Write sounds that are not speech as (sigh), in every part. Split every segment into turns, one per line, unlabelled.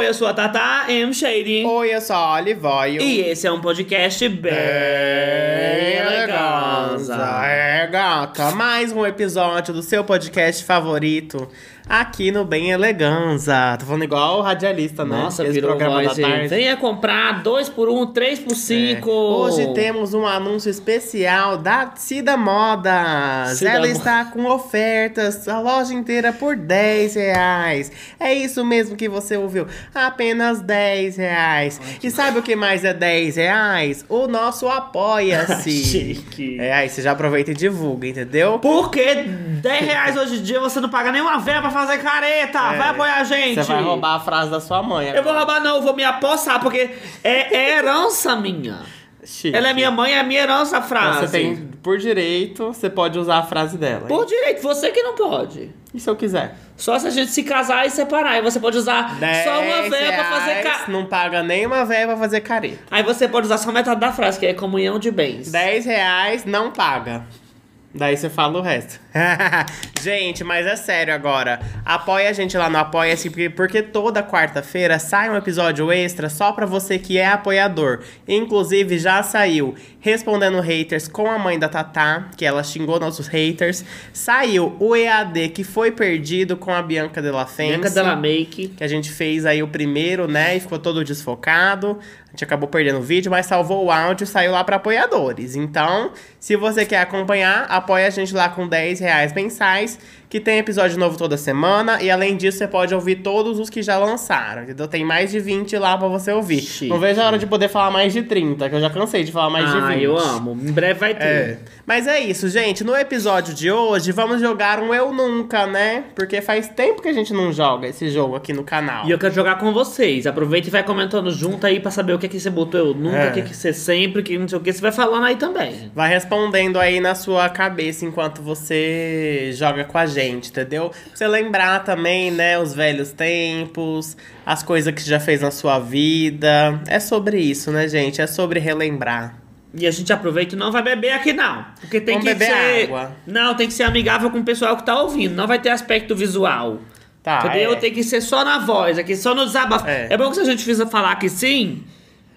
eu sou a Tata M. Shady.
Oi, eu sou a Olivoio.
E esse é um podcast bem
Eleganza.
legal.
É, gata. Mais um episódio do seu podcast favorito aqui no Bem Eleganza. Tô falando igual o radialista, né?
Nossa,
Esse
virou
programa
voz,
da
gente.
tarde.
Venha comprar dois por um, três por cinco.
É.
(laughs)
Hoje temos um anúncio especial da Cida Modas.
Cida
Ela
Mo-
está com ofertas, a loja inteira por 10 reais. É isso mesmo que você ouviu, apenas 10 reais. E sabe o que mais é 10 reais? O
(laughs)
nosso Apoia-se.
Chique.
é, aí você já aproveita e divulga, entendeu?
Porque 10 reais hoje em dia você não paga nenhuma verba pra fazer careta. Vai apoiar a gente.
É. Você vai roubar a frase da sua mãe.
Eu vou
agora.
roubar não, eu vou me apossar, porque é herança minha.
Chique.
Ela é minha mãe, é minha herança a
Então,
frase.
Você tem, por direito, você pode usar a frase dela.
Por direito, você que não pode.
E se eu quiser?
Só se a gente se casar e separar. Aí você pode usar só uma
10
véia pra fazer
reais,
careta.
Não paga nenhuma véia pra fazer careta.
Aí você pode usar só metade da frase, que é comunhão de bens.
10 reais não paga. Daí você fala o resto. (laughs) gente, mas é sério agora. Apoia a gente lá no Apoia-se, porque- porque toda quarta-feira sai um episódio extra só pra você que é apoiador. Inclusive, já saiu Respondendo Haters com a mãe da Tatá, que ela xingou nossos haters. Saiu o EAD que foi perdido com a Bianca Della Fence
Bianca Della Make.
que a gente fez aí o primeiro, né? E ficou todo desfocado. A gente acabou perdendo o vídeo, mas salvou o áudio e saiu lá para apoiadores. Então, se você quer acompanhar, apoia a gente lá com 10 reais mensais, que tem episódio novo toda semana. E além disso, você pode ouvir todos os que já lançaram, entendeu? Tem mais de 20 lá para você ouvir.
Chique.
Não vejo a hora de poder falar mais de 30, que eu já cansei de falar mais de 20.
Ah, eu amo. Em breve vai ter.
É. Mas é isso, gente. No episódio de hoje, vamos jogar um Eu Nunca, né? Porque faz tempo que a gente não joga esse jogo aqui no canal.
E eu quero jogar com vocês. Aproveita e vai comentando junto aí pra saber o que é que você botou eu nunca,
É.
o que é que você sempre, o que não sei o que. Você vai falando aí também.
Vai respondendo aí na sua cabeça enquanto você joga com a gente, entendeu? Pra você lembrar também, né, os velhos tempos, as coisas que você já fez na sua vida. É sobre isso, né, gente? É sobre relembrar.
E a gente aproveita e não vai beber aqui, não. Porque tem
Vamos
que
beber
ser.
água.
Não, tem que ser amigável com o pessoal que tá ouvindo. Não vai ter aspecto visual.
Tá,
Entendeu?
é.
Tem que ser só na voz, aqui, só no desabafo.
É.
É. bom que se a gente fizer falar que sim,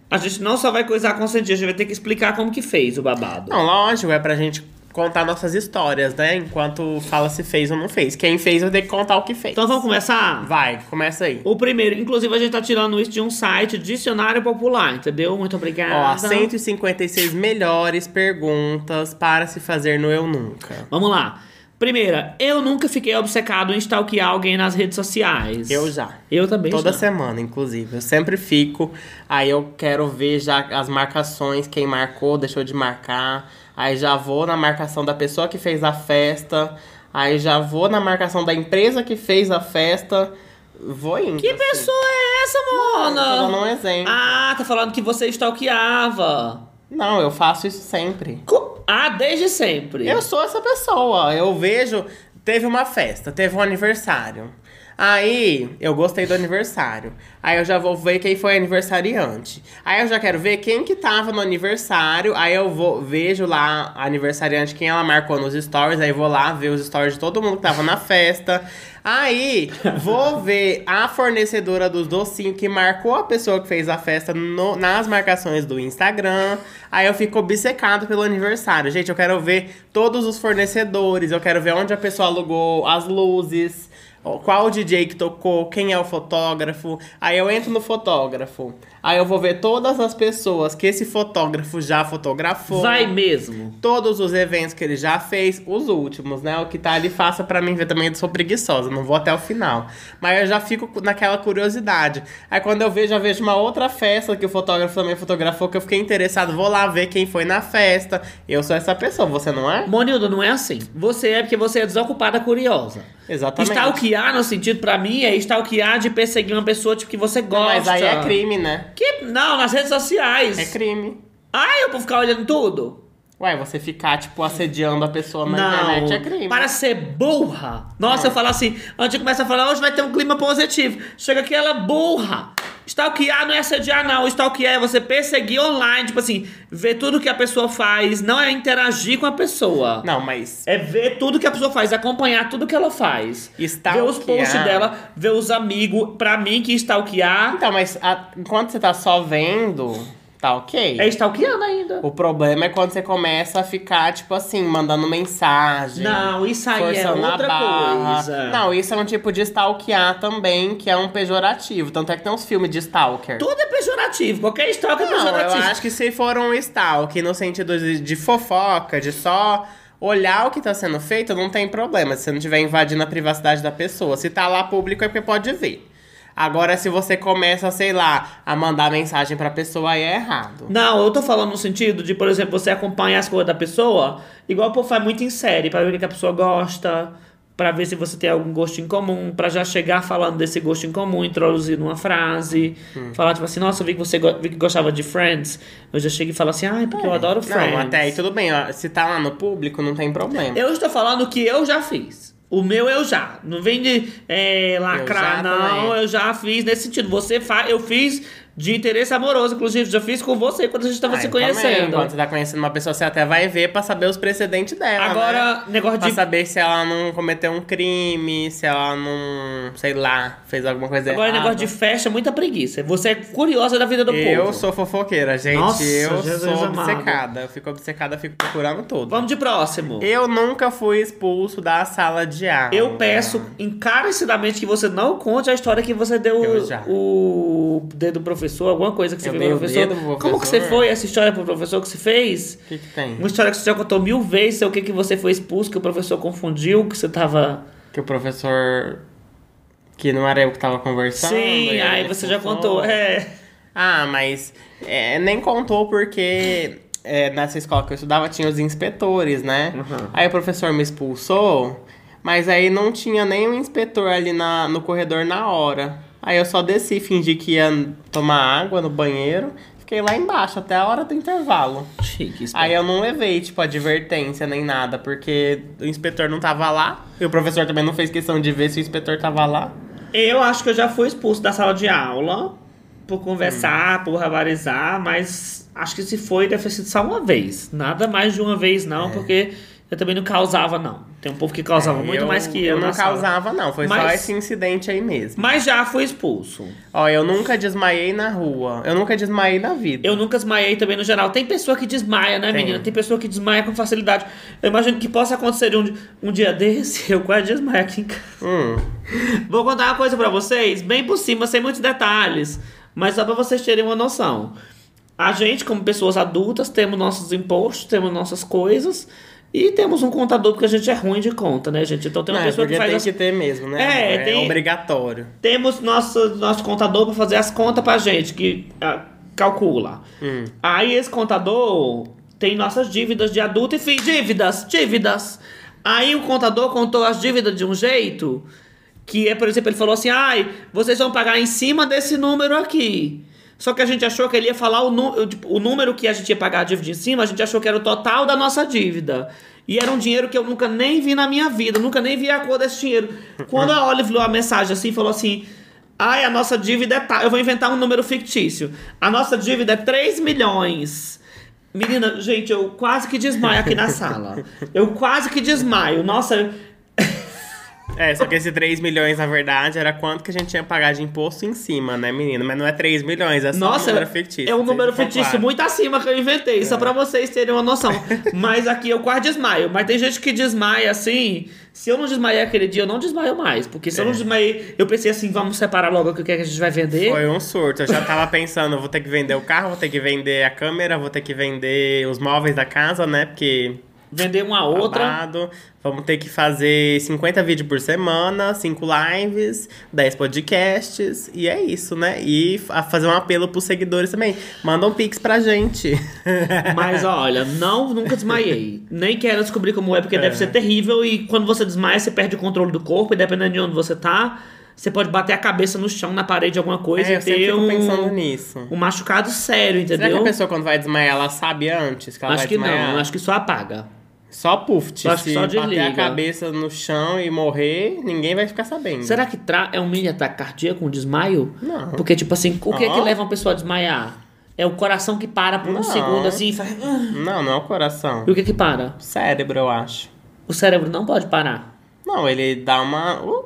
a gente não só vai coisar com sentido, a gente vai ter que explicar como que fez o babado.
Não, lógico, é pra gente contar nossas histórias, né? Enquanto fala se fez ou não fez. Quem fez vai ter que contar o que fez.
Então vamos começar?
Vai, começa aí.
O primeiro, inclusive a gente tá tirando isso de um site, Dicionário Popular, entendeu? Muito obrigada.
Ó, 156 melhores perguntas para se fazer no Eu Nunca.
Vamos lá. Primeira, eu nunca fiquei obcecado em stalkear alguém nas redes sociais.
Eu já.
Eu também
Toda
já.
semana, inclusive. Eu sempre fico. Aí eu quero ver já as marcações, quem marcou, deixou de marcar. Aí já vou na marcação da pessoa que fez a festa. Aí já vou na marcação da empresa que fez a festa. Vou indo.
Que
assim.
pessoa é essa,
Tô dando
mona?
um exemplo.
Ah, tá falando que você stalkeava.
Não, eu faço isso sempre.
Co- Ah, desde sempre.
Eu sou essa pessoa. Eu vejo. Teve uma festa, teve um aniversário. Aí eu gostei do aniversário. Aí eu já vou ver quem foi aniversariante. Aí eu já quero ver quem que tava no aniversário. Aí eu vou vejo lá a aniversariante quem ela marcou nos stories. Aí vou lá ver os stories de todo mundo que tava na festa. Aí vou ver a fornecedora dos docinhos que marcou a pessoa que fez a festa no- nas marcações do Instagram. Aí eu fico obcecado pelo aniversário. Gente, eu quero ver todos os fornecedores, eu quero ver onde a pessoa alugou as luzes, ó, qual o DJ que tocou, quem é o fotógrafo. Aí eu entro no fotógrafo. Aí eu vou ver todas as pessoas que esse fotógrafo já fotografou.
Vai mesmo.
Todos os eventos que ele já fez, os últimos, né? O que tá ali, faça pra mim ver também. Eu sou preguiçosa, não vou até o final. Mas eu já fico cu- naquela curiosidade. Aí quando eu vejo, já vejo uma outra festa que o fotógrafo também fotografou, que eu fiquei interessado. Vou lá ver quem foi na festa. Eu sou essa pessoa, você não é?
Monildo, não é assim. Você é porque você é desocupada curiosa.
Exatamente.
Stalkear, no sentido, pra mim, é stalkear de perseguir uma pessoa tipo, que você gosta.
Mas aí é crime, né?
Que... Não, nas redes sociais.
É crime.
Ah, eu vou ficar olhando tudo?
Ué, você ficar, tipo, assediando a pessoa na internet é crime.
para ser é burra. Nossa, eu falo assim, antes de começar a falar, hoje vai ter um clima positivo. Chega aqui, ela é burra. Stalkear não é sediar, não. Stalkear é você perseguir online, tipo assim, ver tudo que a pessoa faz, não é interagir com a pessoa.
Não, mas.
É ver tudo que a pessoa faz, acompanhar tudo que ela faz.
Stalkear.
Ver os posts
é.
dela, ver os amigos. Pra mim, que stalkear
Então, mas a- enquanto você tá só vendo, tá ok.
é stalkeando ainda.
O problema é quando você começa a ficar, tipo assim, mandando mensagem.
Não, isso aí é
forçando a
outra
barra.
coisa.
Não, isso é um tipo de stalkear também, que é um pejorativo. Tanto é que tem uns filmes de stalker.
Tudo é pejorativo, qualquer stalker é
Não, eu
pejorativo.
acho que se for um stalk no sentido de, de fofoca, de só olhar o que tá sendo feito, não tem problema. Se você não estiver invadindo a privacidade da pessoa. Se tá lá público é porque pode ver. Agora, se você começa, sei lá, a mandar mensagem pra pessoa, aí é errado.
Não, eu tô falando no sentido de, por exemplo, você acompanha as coisas da pessoa, igual o povo faz muito em série, pra ver o que que a pessoa gosta, pra ver se você tem algum gosto em comum, pra já chegar falando desse gosto em comum, introduzir numa frase,
Hum.
falar tipo assim, nossa, eu vi que você go- vi que gostava de Friends, eu já chego e falo assim, ai, porque eu adoro Friends.
É. Não, até aí tudo bem. ó, Se tá lá no público, não tem problema.
Eu estou falando que eu já fiz. O meu eu já. Não vem de é, lacrar,
já
não.
também.
Eu já fiz nesse sentido. Você faz, eu fiz de interesse amoroso, inclusive, já fiz com você quando a gente estava
Ah,
se
eu também,
conhecendo.
Quando você tá conhecendo uma pessoa, você até vai ver pra saber os precedentes dela.
Agora,
né?
negócio
Pra
de-
saber se ela não cometeu um crime, se ela não, sei lá, fez alguma coisa
Agora,
errada.
negócio de festa é muita preguiça. Você é curiosa da vida do
Eu
povo.
sou fofoqueira, gente.
Nossa,
eu
Jesus
sou
amado.
obcecada. Eu fico obcecada, fico procurando tudo.
Vamos de próximo. Eu,
Eu nunca fui expulso da sala de aula.
peço encarecidamente que você não conte a história que você deu
Eu já.
o dedo do professor, alguma coisa que você
Eu
fez
dei
pro
o
professor.
dedo pro
Como que você
professor?
foi essa história pro professor que você fez?
O que, que tem?
Uma história que você já contou mil vezes, sei o que, que você foi expulso, que o professor confundiu, que você tava.
Que o professor. Que não era eu que tava conversando.
Sim,
ele
aí você já
expulsou.
contou. É.
Ah, mas é, nem contou porque é, nessa escola que eu estudava tinha os inspetores, né?
Uhum.
Aí o professor me expulsou, mas aí não tinha nenhum inspetor ali na, no corredor na hora. Aí eu só desci, fingi que ia tomar água no banheiro, fiquei lá embaixo até a hora do intervalo.
Chique, isso.
Aí eu não levei, tipo, advertência nem nada, porque o inspetor não tava lá e o professor também não fez questão de ver se o inspetor tava lá.
Eu acho que eu já fui expulso da sala de aula por conversar,
Hum.
por ravarizar, mas acho que se foi, deve ter sido só uma vez. Nada mais de uma vez,
É.
não, porque eu também não causava, não. Tem um povo que causava muito
eu,
mais que eu.
Eu não
na sala.
causava, não, foi só
Mas-
esse incidente aí mesmo.
Mas já fui expulso.
Ó, eu nunca desmaiei na rua. Eu nunca desmaiei na vida.
Eu nunca desmaiei também no geral. Tem pessoa que desmaia, né,
Tem.
menina? Tem pessoa que desmaia com facilidade. Eu imagino que possa acontecer um, di- um dia desse, (laughs) eu quase desmaio aqui em casa.
Hum.
Vou contar uma coisa pra vocês, bem por cima, sem muitos detalhes, mas só pra vocês terem uma noção. A gente, como pessoas adultas, temos nossos impostos, temos nossas coisas e temos um contador porque a gente é ruim de conta, né, gente? Então tem
Não,
uma
é
pessoa que
porque
faz
tem
as
que ter mesmo, né?
É, tem-
obrigatório.
temos nosso, nosso contador para fazer as contas pra gente, que ah, calcula. Aí esse contador tem nossas dívidas de adulto, enfim, dívidas, dívidas. Aí o contador contou as dívidas de um jeito que é, por exemplo, ele falou assim: ai, vocês vão pagar em cima desse número aqui. Só que a gente achou que ele ia falar o, nu- tipo, o número que a gente ia pagar a dívida em cima, a gente achou que era o total da nossa dívida. E era um dinheiro que eu nunca nem vi na minha vida, nunca nem vi a cor desse dinheiro. Quando a Olive leu a mensagem assim, falou assim: Ai, a nossa dívida é tal. Eu vou inventar um número fictício. A nossa dívida é 3 milhões. Menina, gente, eu quase que desmaio aqui na sala. Eu quase que desmaio. Nossa,
É, só que esse 3 milhões, na verdade, era quanto que a gente tinha que pagar de imposto em cima, né, menino? Mas não é 3 milhões, é só
Nossa,
um número fictício.
é um número
vocês
fictício
concordaram.
muito acima que eu inventei, só pra vocês terem uma
(laughs)
noção. mas aqui eu quase desmaio. Mas tem gente que desmaia assim. Se eu não desmaiei aquele dia, eu não desmaio mais. Porque se eu não
É.
desmaiei, eu pensei assim, vamos separar logo o que é que a gente vai vender.
Foi um surto. Eu já tava pensando, vou ter que vender o carro, vou ter que vender a câmera, vou ter que vender os móveis da casa, né? Porque.
Vender uma outra.
babado, Vamos ter que fazer 50 vídeos por semana, 5 lives, 10 podcasts. E é isso, né? E a fazer um apelo pros seguidores também. Manda um pix pra gente.
(laughs) Mas olha, não, nunca desmaiei. Nem quero descobrir como é, porque deve ser terrível. E quando você desmaia, você perde o controle do corpo. E dependendo de onde você tá, você pode bater a cabeça no chão, na parede, alguma coisa.
É,
e
eu sempre
ter
fico
um,
pensando nisso.
um machucado sério, entendeu?
Será que a pessoa, quando vai desmaiar, ela sabe antes que ela
acho
vai
que
desmaiar?
não, acho que só apaga.
Só puft.
Eu acho que
Se
só
bater
desliga.
a cabeça no chão e morrer, ninguém vai ficar sabendo.
Será que tra é um mini ataque cardíaco, um desmaio?
Não.
Porque, tipo assim, o que é que
Não.
leva uma pessoa a desmaiar? É o coração que para por um
Não.
segundo assim e faz. "Ah".
Não, não é o coração.
E o que que para?
Cérebro, eu acho.
O cérebro não pode parar.
Não, ele dá uma. Uh,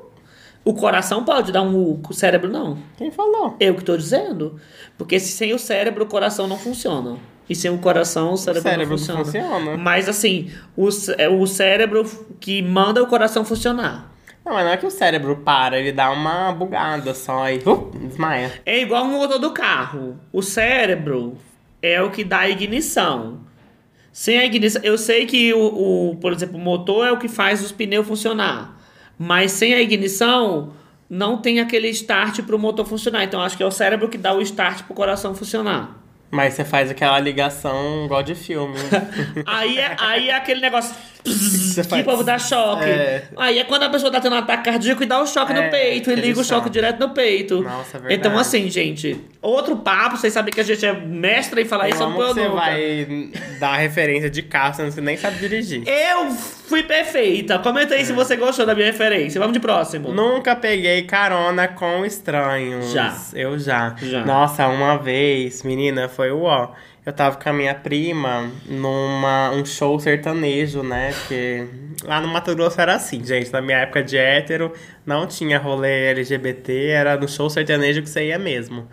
O coração pode dar um. u, O cérebro não.
quem falou?
Eu que tô dizendo. Porque se sem o cérebro, o coração não funciona. E sem o coração, o cérebro,
cérebro
não
não
funciona.
funciona.
Mas assim, o, cé- é o cérebro que manda o coração funcionar.
Não, mas não é que o cérebro para, ele dá uma bugada só e uh, desmaia.
É igual um motor do carro. O cérebro é o que dá a ignição. Sem a ignição. Eu sei que, o, o, por exemplo, o motor é o que faz os pneus funcionar. Mas sem a ignição, não tem aquele start pro motor funcionar. Então acho que é o cérebro que dá o start pro coração funcionar.
Mas você faz aquela ligação igual de filme.
Aí é, aí é aquele negócio
Você
que o
faz-
povo dá choque.
É.
Aí é quando a pessoa tá tendo um ataque cardíaco e dá o choque
É,
no peito, e
eles
liga o choque
são.
direto no peito.
Nossa, é verdade.
então, assim, gente, outro papo, vocês sabem que a gente é mestra em falar isso é um
Como
eu
que você
nunca.
vai dar referência de carro, sendo que você nem sabe dirigir.
Eu fui perfeita. Comenta
É.
aí se você gostou da minha referência. Vamos de próximo.
Nunca peguei carona com estranhos.
Já.
Eu já.
Já.
Nossa, uma vez, menina, foi o ó. Eu tava com a minha prima numa um show sertanejo, né? Porque lá no Mato Grosso era assim, gente. Na minha época de hétero, não tinha rolê LGBT, era no show sertanejo que você ia mesmo.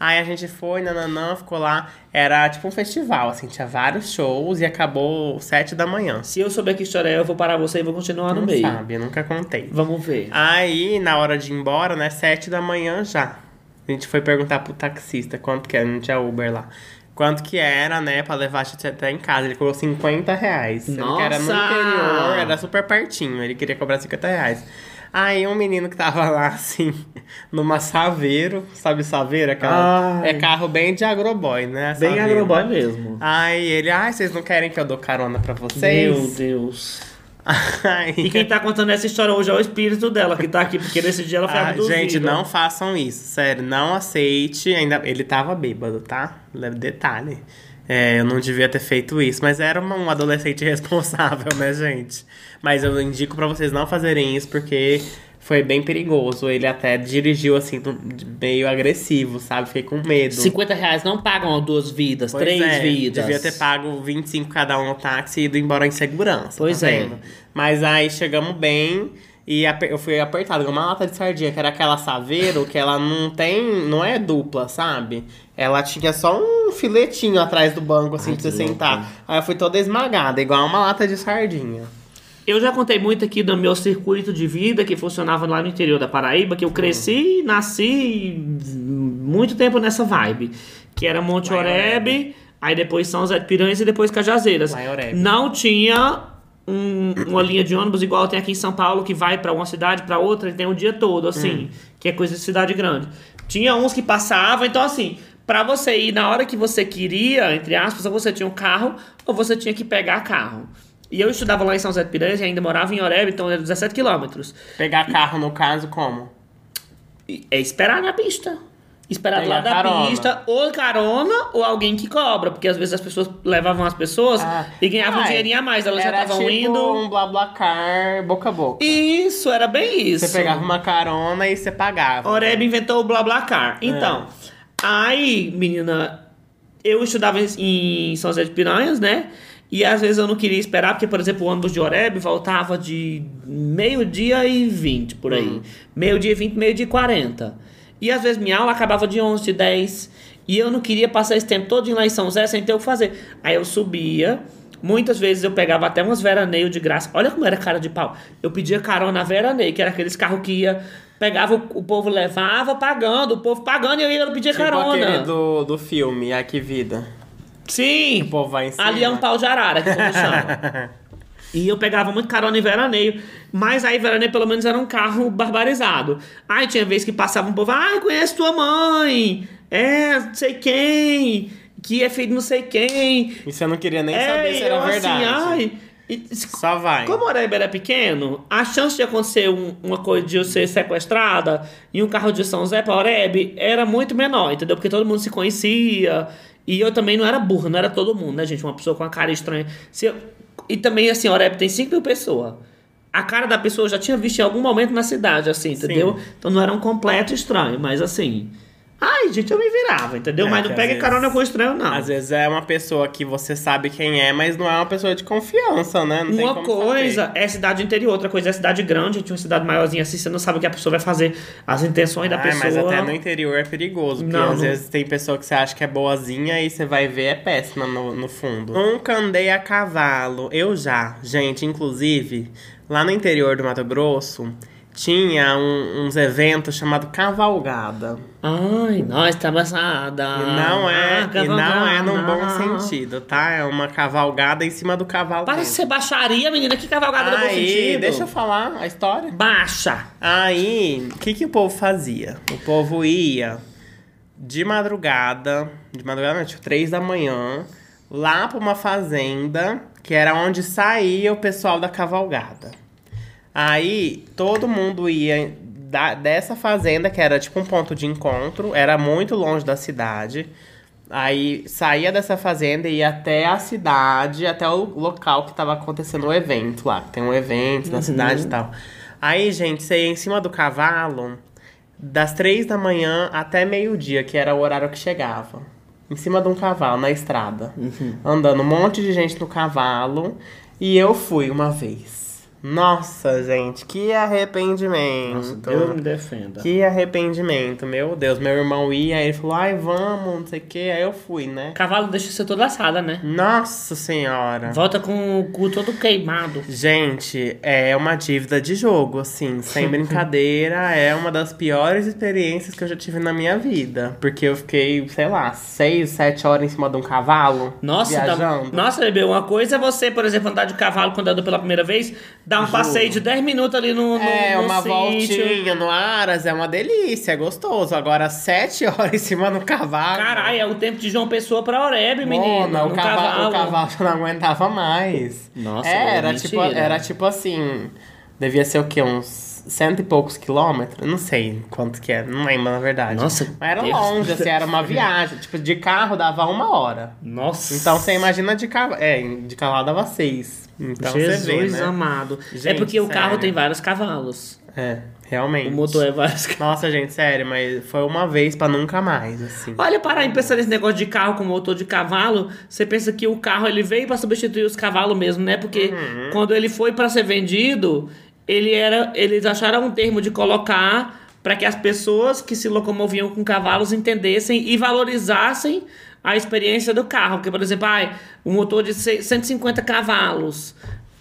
Aí a gente foi, nananã, ficou lá. Era tipo um festival, assim, tinha vários shows e acabou sete da manhã.
Se eu souber que história é, eu vou parar você e vou continuar no
Não
meio.
sabe, eu nunca contei.
Vamos ver.
Aí, na hora de ir embora, né? Sete da manhã já. A gente foi perguntar pro taxista quanto que era, não tinha Uber lá. Quanto que era, né, pra levar a gente até em casa. Ele cobrou 50 reais. Sendo que era no
Nossa!
interior, era super pertinho. Ele queria cobrar 50 reais. Aí um menino que tava lá, (laughs) assim, numa Saveiro. Sabe Saveiro? Aquela,
Ai.
é carro bem de agroboy, né?
Bem
Saveiro.
agroboy mesmo.
Aí ele, ai, vocês não querem que eu dou carona pra vocês? (laughs)
Meu Deus.
Aí,
E quem tá contando essa história hoje é o espírito dela que tá aqui, porque nesse dia ela foi
Ah,
abduzida.
gente, não façam isso, sério, não aceite. Ainda ele tava bêbado, tá? Le- Detalhe. É, eu não devia ter feito isso, mas era uma- um adolescente (laughs) responsável, né, gente? Mas eu indico pra vocês não fazerem isso porque foi bem perigoso. Ele até dirigiu assim do- de- meio agressivo, sabe? Fiquei com medo.
50 reais não pagam duas vidas,
Pois
três
é,
vidas.
Devia ter pago 25 cada um no táxi e ido embora em segurança.
Pois
tá
é.
vendo? Mas aí chegamos bem e aper- eu fui apertado com uma lata de sardinha, que era aquela saveiro, que ela não tem. não é dupla, sabe? Ela tinha só um filetinho atrás do banco, assim,
Ai,
pra você
que louco.
sentar. Aí eu fui toda esmagada, igual uma lata de sardinha.
Eu já contei muito aqui do meu circuito de vida que funcionava lá no interior da Paraíba, que eu cresci,
Uhum.
nasci muito tempo nessa vibe. Que era Monte
Lá em
Oreb, aí depois São José de Piranhas e depois Cajazeiras.
Lá em Oreb.
Não tinha um- uma linha de ônibus igual tem aqui em São Paulo, que vai pra uma cidade, pra outra, e tem o dia todo, assim,
Hum.
que é coisa de cidade grande. Tinha uns que passavam, então assim, pra você ir na hora que você queria, entre aspas, ou você tinha um carro, ou você tinha que pegar carro. E eu estudava lá em São José de Piranhas e ainda morava em Oreb, então era 17 quilômetros.
Pegar carro, no caso, como?
E É esperar na pista. Esperar do
Pegar
lado da
carona.
pista, ou carona, ou alguém que cobra. Porque às vezes as pessoas levavam as pessoas e ganhavam um
Ai,
dinheirinho a mais. Elas já
Ah. era
estavam
tipo
indo.
Um blá blá car boca a boca.
Isso, era bem isso.
Você pegava um- uma carona e você pagava.
Oreb inventou o BlaBlaCar.
É.
Então, aí, menina, eu estudava em em São José de Piranhas, né? E às vezes eu não queria esperar, porque, por exemplo, o ônibus de Oreb voltava de meio-dia e vinte, por aí.
Hum.
Meio-dia e vinte, meio-dia e quarenta. E às vezes minha aula acabava de onze, de dez. E eu não queria passar esse tempo todo lá em São José sem ter o que fazer. Aí eu subia... Muitas vezes eu pegava até umas veraneio de graça. Olha como era cara de pau. Eu pedia carona na veraneio, que era aqueles carros que ia. Pegava, o, o povo levava, pagando, o povo pagando e eu ia pedir
Tipo aquele
carona.
do, do filme, Ah, que vida.
Sim!
O povo vai em cima.
Ali é um pau de arara, que o povo
(laughs)
chama. (laughs) E eu pegava muito carona em veraneio. Mas aí veraneio pelo menos era um carro barbarizado. Aí tinha vez que passava um povo, ai, conheço tua mãe. É, não sei quem. Que é filho de não sei quem.
E você não queria nem
é,
saber
e
se era
eu
verdade.
assim, ai. e-
Só vai.
Como o Oreb era pequeno, a chance de acontecer um- uma coisa de eu ser sequestrada e um carro de São Zé pra Oreb era muito menor, entendeu? Porque todo mundo se conhecia. E eu também não era burra, não era todo mundo, né, gente? Uma pessoa com uma cara estranha. Se eu- E também, assim, Oreb tem 5 mil pessoas. A cara da pessoa eu já tinha visto em algum momento na cidade, assim, entendeu? Então não era um completo estranho, mas assim. Ai, gente, eu me virava, entendeu?
É,
mas não
que às
pega
vezes-
carona com estranho, não.
Às vezes é uma pessoa que você sabe quem é, mas não é uma pessoa de confiança, né? Não tem
Uma
como
coisa
saber.
é cidade interior, outra coisa é cidade grande, gente, uma cidade maiorzinha assim, você não sabe o que a pessoa vai fazer, as intenções da
Ai,
pessoa.
mas até no interior é perigoso, porque
Não,
às
não.
vezes tem pessoa que você acha que é boazinha e você vai ver é péssima no, no fundo. Nunca andei a cavalo, eu já. Gente, inclusive, lá no interior do Mato Grosso, tinha um- uns eventos chamado Cavalgada.
Ai, nós tá passada.
E não é,
Ah,
e não é num bom
cavalgada.
sentido, tá? É uma cavalgada em cima do cavalo.
Para de
mesmo.
ser baixaria, menina, que cavalgada do bom
Aí,
sentido.
deixa eu falar a história.
Baixa.
Aí, o que, que o povo fazia? O povo ia de madrugada, de madrugada, não, tipo, três da manhã, lá pra uma fazenda, que era onde saía o pessoal da cavalgada. Aí, todo mundo ia da- dessa fazenda, que era tipo um ponto de encontro, era muito longe da cidade. Aí saía dessa fazenda e ia até a cidade, até o local que tava acontecendo o evento lá. Tem um evento na cidade e tal. Aí, gente, você ia em cima do cavalo das três da manhã até meio-dia, que era o horário que chegava. Em cima de um cavalo, na estrada. Andando um monte de gente no cavalo. E eu fui uma vez. Nossa, gente, que arrependimento.
Deus me defenda.
Que arrependimento, meu Deus. Meu irmão ia, ele falou, ai, vamos, não sei o que. Aí eu fui, né?
Cavalo deixa você toda assada, né?
Nossa senhora.
Volta com o cu todo queimado.
Gente, é uma dívida de jogo,
(laughs)
assim, sem brincadeira. É uma das piores experiências que eu já tive na minha vida. Porque eu fiquei, sei lá, seis, sete horas em cima de um cavalo.
Nossa, tá dá-
viajando.
nossa, bebê, uma coisa é você, por exemplo, andar de cavalo quando andou pela primeira vez, dar um passeio de 10 minutos ali no, no,
É,
no
uma
sítio.
voltinha no Aras é uma delícia, é gostoso. Agora, sete (laughs) horas em cima do cavalo.
Caralho, é o tempo de João Pessoa pra Oreb, menino.
Mona, o
no
cavalo, o cavalo não aguentava mais.
Nossa,
É, era
mentira.
tipo, era tipo assim. Devia ser o quê? Uns cento e poucos quilômetros? Não sei quanto que é, não lembro, na verdade.
Nossa,
Mas era
Deus.
longe, assim, era uma viagem. Tipo, de carro dava uma hora.
Nossa.
Então você imagina de cavalo. É, de cavalo dava seis. Então
Jesus
você vê, né?
amado. é
Gente,
porque o carro
sério.
tem vários cavalos.
É, realmente.
O motor é vários cavalos.
Nossa, gente, sério, mas foi uma vez pra nunca mais, assim.
Olha, parar e pensar nesse negócio de carro com motor de cavalo, você pensa que o carro ele veio pra substituir os cavalos mesmo, né? Porque
Uhum.
quando ele foi pra ser vendido, ele era, eles acharam um termo de colocar pra que as pessoas que se locomoviam com cavalos entendessem e valorizassem a experiência do carro. Porque, por exemplo, ai, um motor de se- 150 cavalos.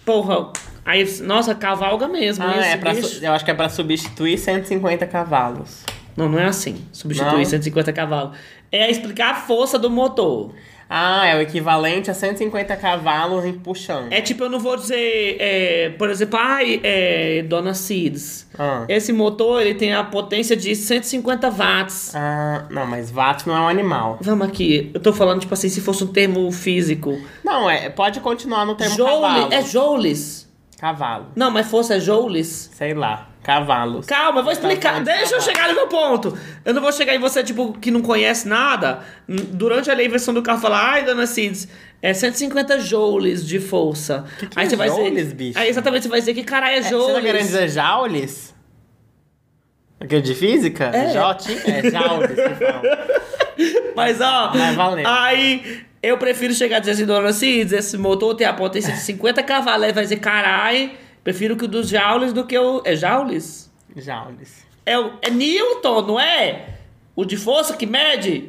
Porra, aí, nossa, cavalga mesmo.
Ah,
esse
é pra,
bicho.
su- eu acho que é pra substituir 150 cavalos.
Não, não é assim. Substituir
Não?
150 cavalos. É explicar a força do motor.
Ah, é o equivalente a 150 cavalos em puxando.
É tipo, eu não vou dizer, é, por exemplo, ai, é, Dona Cids.
Ah.
Esse motor, ele tem a potência de 150 watts.
Ah, não, mas vato não é um animal.
Vamos aqui, eu tô falando, tipo assim, se fosse um termo físico.
Não, é, pode continuar no termo cavalo.
Joule, é joules.
Cavalo,
Não, mas força é joules.
sei lá, cavalos.
Calma, eu vou explicar.
bom,
Deixa
tá
eu
bom.
chegar no meu ponto. Eu não vou chegar em você, tipo, que não conhece nada. n- Durante a lei versão do carro, falar, ai, dona Cids, é 150 joules de força.
que é
vai dizer-
joules, bicho?
Aí exatamente você vai dizer que caralho é
É, você tá querendo
joules.
dizer joules? Aquele de física?
É.
Jote? É joules que
(laughs)
fala.
Mas ó,
Vai, valeu.
aí eu prefiro chegar a dizer assim, dona Cids, esse motor tem a potência de
É.
50 cavalos. Aí vai dizer, caralho, prefiro que o dos joules do que o. É joules?
Joules.
É, o- é Newton, não é? O de força que mede? Não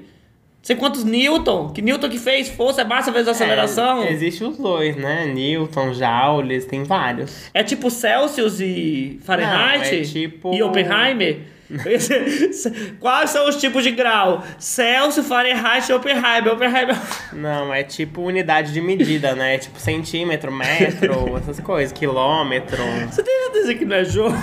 sei quantos Newton. Que Newton que fez força é massa vezes aceleração.
É,
É,
existe os dois, né? Newton, joules, tem vários.
tipo Celsius e Fahrenheit?
Não, é tipo-
E Oppenheimer?
(laughs)
Quais são os tipos de grau? Celsius, Fahrenheit e Oppenheimer. Oppenheimer. (laughs)
Não, é tipo unidade de medida, né? É tipo centímetro, metro, (laughs) essas coisas, quilômetro.
Você tem certeza que não é jogo?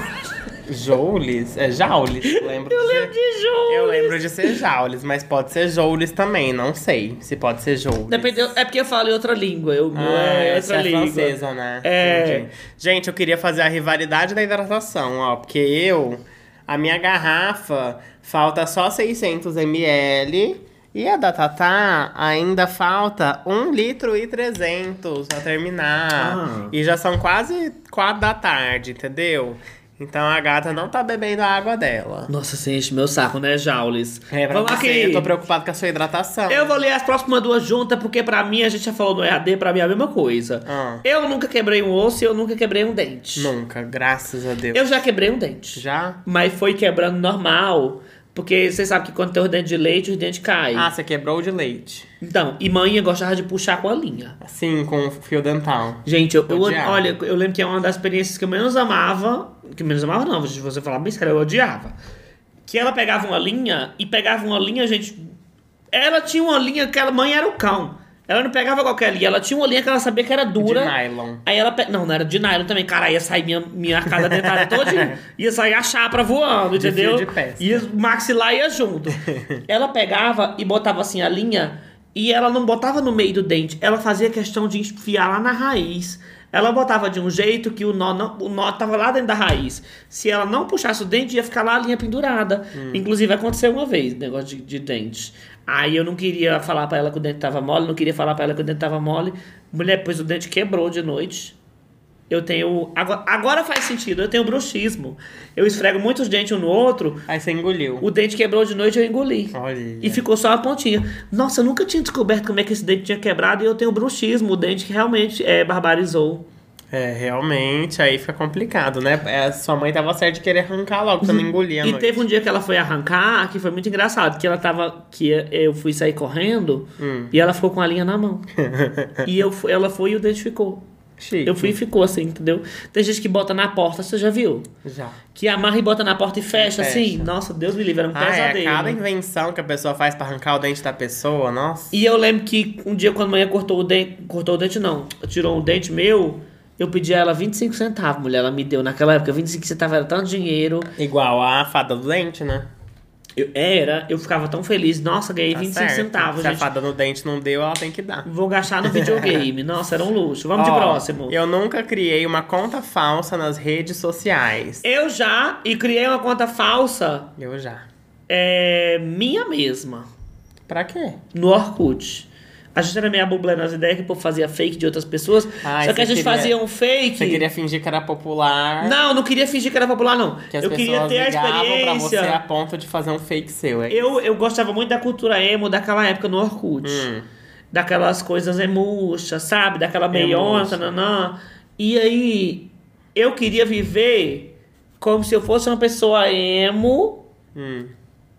Joules? É Joules? Lembro
Eu
de ser-
lembro de jogo.
Eu lembro de ser Joules, mas pode ser Joules também, não sei se pode ser Joules.
Depende, é porque eu falo em outra língua. Eu,
Ah,
é
você
outra
é
língua.
francesa, né?
É.
Entendi. Gente, eu queria fazer a rivalidade da hidratação, ó, porque eu, a minha garrafa, falta só 600 ml E a da Tatá ainda falta 1 litro e 300 pra terminar.
Ah.
E já são quase 4 da tarde, entendeu? Então a gata não tá bebendo a água dela.
Nossa, você enche meu saco, né, Jaules?
É, pra
Vamos
você,
aqui.
Eu tô preocupado com a sua hidratação.
Eu vou ler as próximas duas juntas, porque pra mim, a gente já falou no EAD, pra mim é a mesma coisa.
Ah.
Eu nunca quebrei um osso e eu nunca quebrei um dente.
Nunca, graças a Deus.
Eu já quebrei um dente.
Já?
Mas foi quebrando normal, porque você sabe que quando tem os dentes de leite, os dentes caem.
Ah, você quebrou de leite.
Então, e mãe gostava de puxar com a linha.
Assim, com o fio dental.
Gente, eu, eu-
Odiava.
olha, eu lembro que é uma das experiências que eu menos amava. Que menos amava, não, se você falar bem sério, eu odiava. Que ela pegava uma linha e pegava uma linha, gente. Ela tinha uma linha que ela mãe era o cão. Ela não pegava qualquer linha, ela tinha uma linha que ela sabia que era dura.
De nylon.
Aí ela. Pe... Não, não era de nylon também. Cara, ia sair minha, minha casa dentária toda.
(laughs)
Ia sair a chapa voando,
De
entendeu?
fio de pesca.
E o maxilar ia junto. ela pegava e botava assim a linha. E ela não botava no meio do dente. Ela fazia questão de enfiar lá na raiz. Ela botava de um jeito que o nó, não, o nó tava lá dentro da raiz. Se ela não puxasse o dente, ia ficar lá a linha pendurada. Inclusive, aconteceu uma vez, negócio de, de dente. Aí eu não queria falar pra ela que o dente tava mole, não queria falar pra ela que o dente tava mole. Mulher, pois o dente quebrou de noite. Eu tenho. Agora, agora faz sentido, eu tenho bruxismo. Eu esfrego muitos dentes um no outro,
Aí você engoliu.
o dente quebrou de noite eu engoli.
Olha.
E ficou só a pontinha. Nossa, eu nunca tinha descoberto como é que esse dente tinha quebrado e eu tenho bruxismo, o dente que realmente é, barbarizou.
É, realmente, aí fica complicado, né? É, sua mãe tava certa de querer arrancar logo, você não engolia,
E
não.
teve um dia que ela foi arrancar, que foi muito engraçado, que ela tava. que eu fui sair correndo
Hum.
e ela ficou com a linha na
(laughs)
mão. e eu, fu- ela foi e o dente ficou.
(laughs) Chique.
Eu fui e ficou assim, entendeu? Tem gente que bota na porta, você já viu?
Já.
Que amarra e bota na porta e fecha,
É, Fecha.
assim. Nossa, Deus me livre, era um
Ah, é,
pesadelo.
cada invenção que a pessoa faz pra arrancar o dente da pessoa, nossa.
E eu lembro que um dia quando a mãe cortou o dente, cortou o dente não, tirou um dente meu, eu pedi a ela 25 centavos, mulher, ela me deu naquela época, 25 centavos era tanto dinheiro.
Igual a fada do dente, né?
Eu era, eu ficava tão feliz, nossa, ganhei
Tá
25
certo.
centavos,
Se a
gente.
fada no dente não deu, ela tem que dar.
Vou gastar no
(laughs)
videogame. nossa, era um luxo. Vamos
Ó,
de próximo. Eu...
Eu nunca criei uma conta falsa nas redes sociais.
já e criei uma conta falsa,
Eu já.
é, minha mesma,
Pra quê?
no Orkut. A gente era meio bubla nas ideias que o povo fazia fake de outras pessoas.
Ai,
só que a
você
gente
queria-
fazia um fake.
Você queria fingir que era popular.
Não, eu não queria fingir que era popular, não.
Que as
eu queria
pessoas
ter a
ligavam pra você
experiência.
a ponto de fazer um fake seu, é?
Eu, eu gostava muito da cultura emo daquela época no Orkut.
Hum.
Daquelas coisas emuxas, sabe? Daquela
Emuxa.
meiota, nanã. E aí, eu queria viver como se eu fosse uma pessoa emo,
Hum.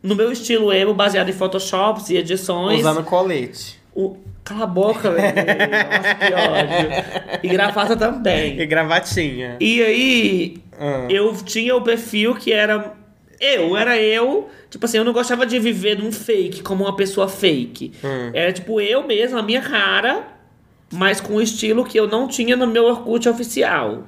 no meu estilo emo, baseado em photoshops e edições.
Usando colete.
O... Cala a boca, velho. Nossa, que é ódio. E gravata também.
E gravatinha.
E aí,
Ah.
eu tinha o perfil que era eu, era eu. Tipo assim, eu não gostava de viver num fake, como uma pessoa fake.
Hum.
Era tipo eu mesmo, a minha cara, mas com um estilo que eu não tinha no meu Orkut oficial.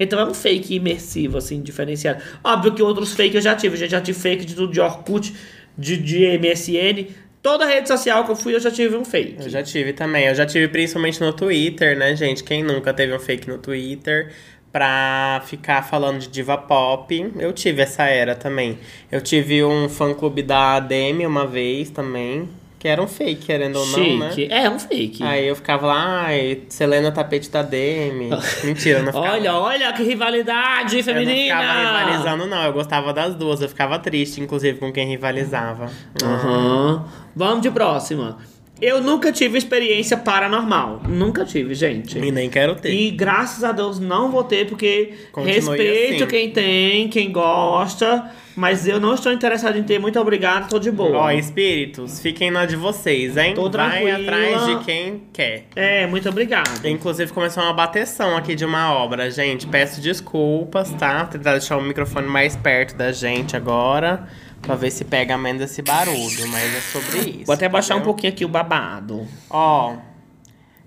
Então é um fake imersivo, assim, diferenciado. Óbvio que outros fake eu já tive. Gente, já tive fake de tudo, de Orkut, de, de MSN. Toda rede social que eu fui, eu já tive um fake.
Eu já tive também. Eu já tive principalmente no Twitter, né, gente? Quem nunca teve um fake no Twitter pra ficar falando de diva pop? Eu tive essa era também. Eu tive um fã-clube da Demi uma vez também, que era um fake, querendo ou não, né?
Chique. É, um fake.
Aí eu ficava lá, ai, Selena é tapete
(laughs)
da Demi. Mentira, eu não ficava.
olha, olha que rivalidade
eu não
feminina!
ficava rivalizando, não. Eu gostava das duas. Eu ficava triste, inclusive, com quem rivalizava.
Aham. Vamos de próxima. Eu nunca tive experiência paranormal. Nunca tive, gente.
E nem quero ter.
E graças a Deus não vou ter, porque
Continue
respeito
assim.
quem tem, quem gosta, mas eu não estou interessado em ter. Muito obrigado, tô de boa.
Ó, espíritos, fiquem na de vocês, hein?
Tô
Vai
tranquila.
atrás de quem quer.
É, muito obrigado.
Inclusive, começou uma bateção aqui de uma obra, gente. Peço desculpas, tá? Vou Tentar deixar o microfone mais perto da gente agora, pra ver se pega menos esse barulho, mas é sobre isso.
Vou até
tá
baixar um
bom?
pouquinho aqui o babado.
Ó,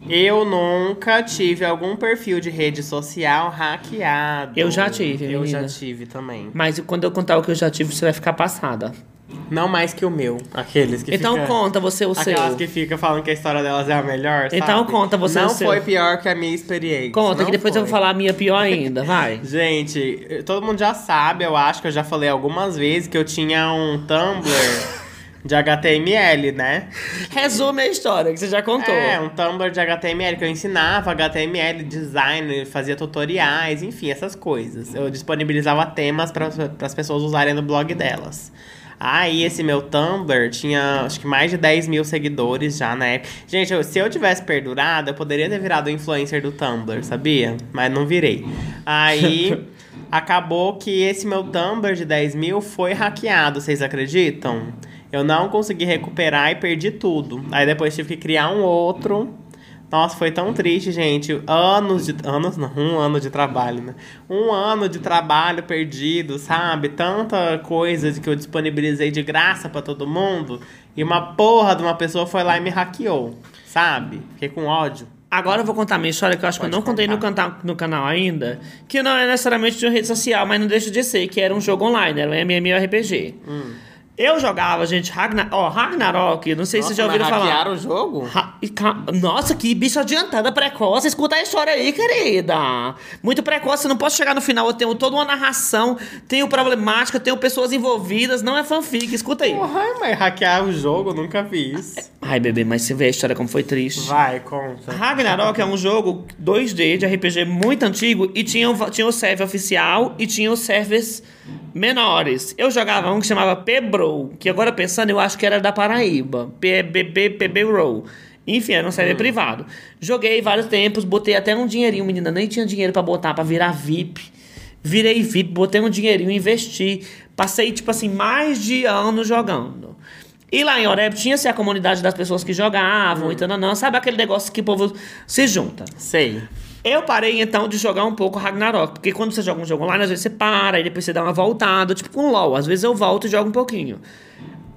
eu nunca tive algum perfil de rede social hackeado.
Eu já tive,
Eu já
menina.
tive também.
Mas quando eu contar o que eu já tive, você vai ficar passada.
Não mais que o meu. Aqueles que
então
fica-
conta você o seu.
Aquelas que ficam falando que a história delas é a melhor,
Então
sabe?
conta você
Não
o seu.
foi pior que a minha experiência.
Conta,
não
que depois eu vou
foi.
falar a minha pior ainda,
(laughs)
vai. (laughs)
Gente, todo mundo já sabe, eu acho que eu já falei algumas vezes que eu tinha um Tumblr de HTML, né?
Resume a história que você já contou.
É, um Tumblr de HTML que eu ensinava HTML, design, fazia tutoriais, enfim, essas coisas. Eu disponibilizava temas para as pessoas usarem no blog delas. Aí esse meu Tumblr tinha acho que mais de 10 mil seguidores já na época. Gente, eu- se eu tivesse perdurado, eu poderia ter virado influencer do Tumblr, sabia? Mas não virei. Aí acabou que esse meu Tumblr de 10 mil foi hackeado, vocês acreditam? Eu não consegui recuperar e perdi tudo. Aí depois tive que criar um outro. Nossa, foi tão triste, gente. Anos de. Anos não, um ano de trabalho, né? Um ano de trabalho perdido, sabe? Tanta coisa que eu disponibilizei de graça pra todo mundo. E uma porra de uma pessoa foi lá e me hackeou, sabe? Fiquei com ódio.
Agora eu vou contar minha história que eu acho que eu não contei no, canta- no canal ainda, que não é necessariamente de uma rede social, mas não deixa de ser, que era um jogo online, era um MMORPG. Eu jogava, gente, Ragnar, ó, Ragnarok, não sei se vocês já ouviram falar.
o jogo?
Ra- e ca- Nossa, que bicho adiantada, precoce. Escuta a história aí, querida. Muito precoce, não posso chegar no final. Eu tenho toda uma narração, tenho problemática, tenho pessoas envolvidas. Não é fanfic, escuta aí.
Porra, mas hackear o jogo, nunca vi isso.
Ai, bebê, mas você vê a história como foi triste.
Vai, conta.
Ragnarok é um jogo 2D de RPG muito antigo e tinha, o- tinha o server oficial e tinha os servers menores. Eu jogava um que chamava Pebro, que agora pensando eu acho que era da Paraíba. PBB Pebro. Enfim, era um server privado. Joguei vários tempos, botei até um dinheirinho, menina, nem tinha dinheiro pra botar pra virar VIP. Virei VIP, botei um dinheirinho, investi. Passei, tipo assim, mais de ano jogando. E lá em Oreb tinha-se a comunidade das pessoas que jogavam e tananã. Sabe aquele negócio que o povo se junta?
Sei.
Eu parei, então, de jogar um pouco Ragnarok. Porque quando você joga um jogo online, às vezes você para, e depois você dá uma voltada. Tipo com LOL. Às vezes eu volto e jogo um pouquinho.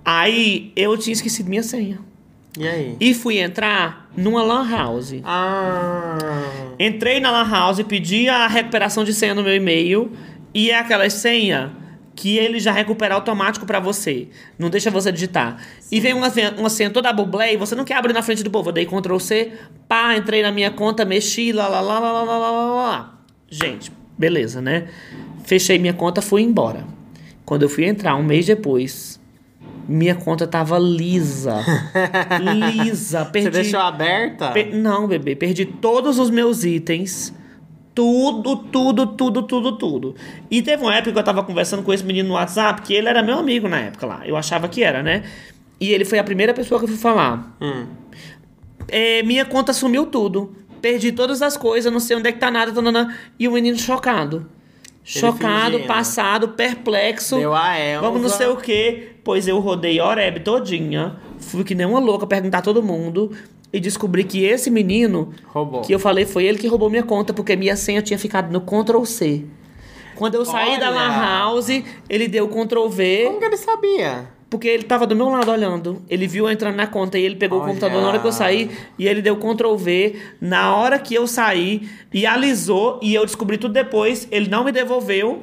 Aí, eu tinha esquecido minha senha.
E aí?
E fui entrar numa lan house.
Ah.
Entrei na Lan House, pedi a recuperação de senha no meu e-mail e é aquela senha que ele já recupera automático pra você. Não deixa você digitar. E vem uma, senha- uma senha toda bublé e você não quer abrir na frente do povo. Eu dei Ctrl C, pá, entrei na minha conta, mexi, lá, lá, lá, lá, lá, lá, lá, lá, lá. Gente, beleza, né? Fechei minha conta, fui embora. Quando eu fui entrar, um mês depois, minha conta tava
(laughs)
lisa. lisa, perdi.
Você deixou aberta?
Pe- não, bebê, perdi todos os meus itens. Tudo, tudo, tudo, tudo, tudo. E teve uma época que eu tava conversando com esse menino no WhatsApp, que ele era meu amigo na época lá. Eu achava que era, né? E ele foi a primeira pessoa que eu fui falar.
Hum.
É, minha conta sumiu tudo. Perdi todas as coisas, não sei onde é que tá nada. tananã. E o menino chocado. Chocado,
fingindo. né?
passado, perplexo.
Deu a Elsa.
Vamos não sei o quê. Pois eu rodei Oreb todinha, fui que nem uma louca perguntar a todo mundo e descobri que esse menino
Roubou.
que eu falei foi ele que roubou minha conta, porque minha senha tinha ficado no Ctrl C. Quando eu saí da Lan
Olha!
House, ele deu Ctrl V,
Como que ele sabia?
porque ele tava do meu lado olhando. Ele viu eu entrando na conta e ele pegou o
Olha!
computador na hora que eu saí e ele deu Ctrl V na hora que eu saí e alisou e eu descobri tudo depois. Ele não me devolveu.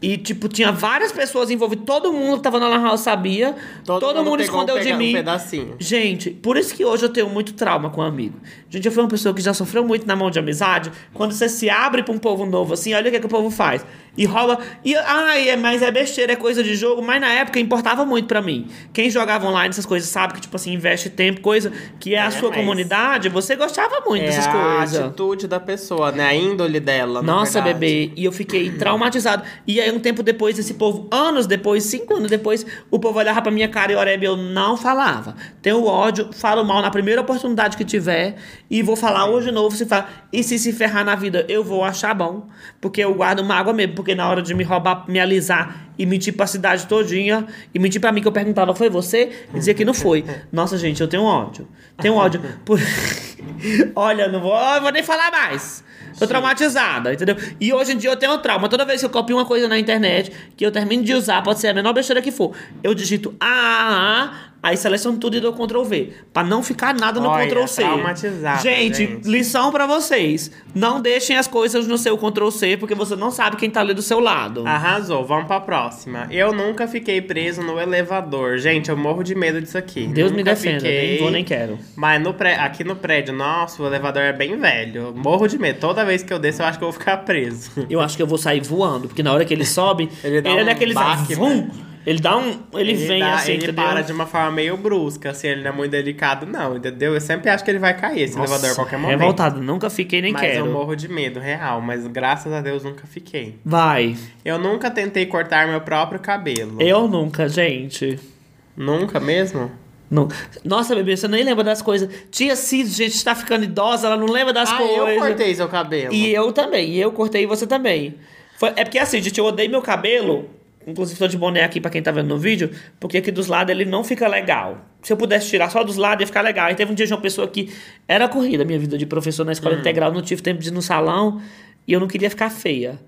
E, tipo, tinha várias pessoas envolvidas. Todo mundo que tava na Lan House sabia. Todo, mundo
pegou um
escondeu de
pega-
mim.
Um pedacinho.
Gente, por isso que hoje eu tenho muito trauma com um amigo. Gente, eu fui uma pessoa que já sofreu muito na mão de amizade. Quando você se abre pra um povo novo, assim, olha o que, é que o povo faz. E rola. E, ai, é, mas é besteira, é coisa de jogo. Mas na época importava muito pra mim. Quem jogava online essas coisas sabe que, tipo assim, investe tempo, coisa que é a
É,
sua
mas-
comunidade. Você gostava muito
É
dessas
a
coisas.
atitude da pessoa, né? A índole dela. na
Nossa,
verdade.
bebê. E eu fiquei traumatizado. E aí, um tempo depois, esse povo, anos depois, cinco anos depois, o povo olhava pra minha cara e Oreb eu não falava. Tenho ódio, falo mal na primeira oportunidade que tiver. E vou falar hoje de novo, se fala. E se se ferrar na vida, eu vou achar bom. Porque eu guardo mágoa mesmo. Porque na hora de me roubar, me alisar e mentir pra cidade todinha, e mentir pra mim que eu perguntava, foi você? E dizer que não
(laughs)
foi. Nossa, gente, eu tenho ódio. Tenho ódio. Por... (laughs) Olha, eu não vou, eu vou nem falar mais. Tô traumatizada, entendeu? E hoje em dia eu tenho um trauma. Toda vez que eu copio uma coisa na internet, que eu termino de usar, pode ser a menor besteira que for, eu digito A, aí seleciono tudo e dou Ctrl V. Pra não ficar nada no
Olha,
Ctrl C.
traumatizada,
Gente,
gente.
lição pra vocês. Não deixem as coisas no seu Ctrl C, porque você não sabe quem tá ali do seu lado.
Ah, Arrasou, vamos pra próxima. Eu nunca fiquei preso no elevador. Gente, eu morro de medo disso aqui.
Deus me
Nunca
defenda,
fiquei.
nem vou nem quero.
Mas no pré- aqui no prédio nosso, o elevador é bem velho. Eu morro de medo. Toda vez que eu desço, eu acho que eu vou ficar preso.
Eu acho que eu vou sair voando, porque na hora que ele sobe,
(laughs) Ele
ele,
dá
é
um
daqueles.
baque,
vum,
né?
Ele dá um. Ele, vem
dá-
assim,
ele
entendeu?
para de uma forma meio brusca, assim, ele não é muito delicado, não, entendeu? Eu sempre acho que ele vai cair esse
Nossa,
elevador a qualquer momento.
Revoltado, nunca fiquei nem
mas
quero.
eu morro de medo, real, mas graças a Deus nunca fiquei.
Vai.
Eu nunca tentei cortar meu próprio cabelo.
Eu nunca, gente.
Nunca mesmo?
Nunca. Nossa, bebê, você nem lembra das coisas. Tia Cid, gente, tá ficando idosa, ela não lembra das
ah,
coisas.
eu cortei seu cabelo.
E eu também, e eu cortei e você também. Foi- é porque assim, gente, eu odeio meu cabelo. Inclusive, tô de boné aqui pra quem tá vendo no vídeo, porque aqui dos lados ele não fica legal. Se eu pudesse tirar só dos lados, ia ficar legal. Aí teve um dia de uma pessoa que. Era corrida a minha vida de professor na
Hum.
escola integral, não tive tempo de ir no salão e eu não queria ficar feia.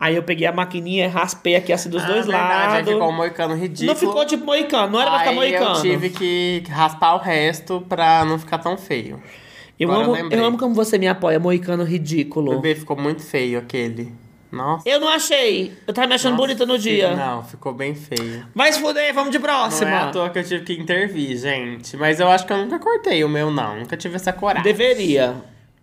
Aí eu peguei a maquininha e raspei aqui assim dos
Ah,
dois
verdade, aí
lados.
ficou um moicano ridículo.
não ficou tipo moicano, não era pra ficar
Aí
moicano.
eu tive que raspar o resto pra não ficar tão feio.
Eu
Agora
amo,
eu lembrei.
eu amo como você me apoia, moicano
O
ridículo.
bebê ficou muito feio aquele. Nossa.
Eu não achei. Eu tava me Tá achando bonita no dia.
Não, ficou bem feio.
Vai se fuder, vamos de
Não
próxima.
é à toa que eu tive que intervir, gente. Mas eu acho que eu nunca cortei o meu, não. Nunca tive essa coragem.
Deveria.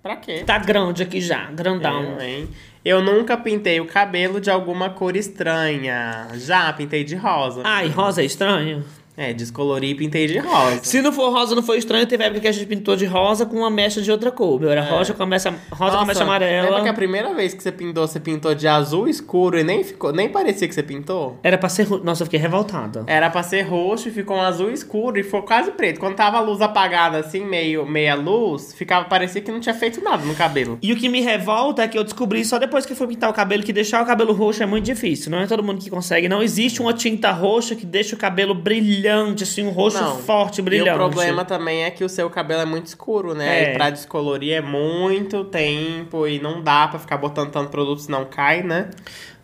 Pra quê?
Tá grande aqui já, grandão.
Eu, hein? Eu nunca pintei o cabelo de alguma cor estranha. Já pintei de rosa.
Ai, rosa é estranho.
É, descolori e pintei de rosa.
Se não for rosa, não foi estranho. Teve época que a gente pintou de rosa com uma mecha de outra cor. Meu, era rosa com a mecha, rosa com a mecha
Lembra que
amarela.
a primeira vez que você pintou, você pintou de azul escuro e nem ficou, nem parecia que você pintou?
Era pra ser. ru- Nossa, eu fiquei revoltada.
Era pra ser roxo e ficou um azul escuro e ficou quase preto. Quando tava a luz apagada assim, meio meia luz, ficava parecia que não tinha feito nada no cabelo.
E o que me revolta é que eu descobri só depois que eu fui pintar o cabelo que deixar o cabelo roxo é muito difícil. Não é todo mundo que consegue. Não existe uma tinta roxa que deixa o cabelo brilhante, assim, um roxo
Não.
forte, brilhante.
E o problema também é que o seu cabelo é muito escuro, né?
É.
E pra descolorir é muito tempo e não dá pra ficar botando tanto produto, senão cai, né?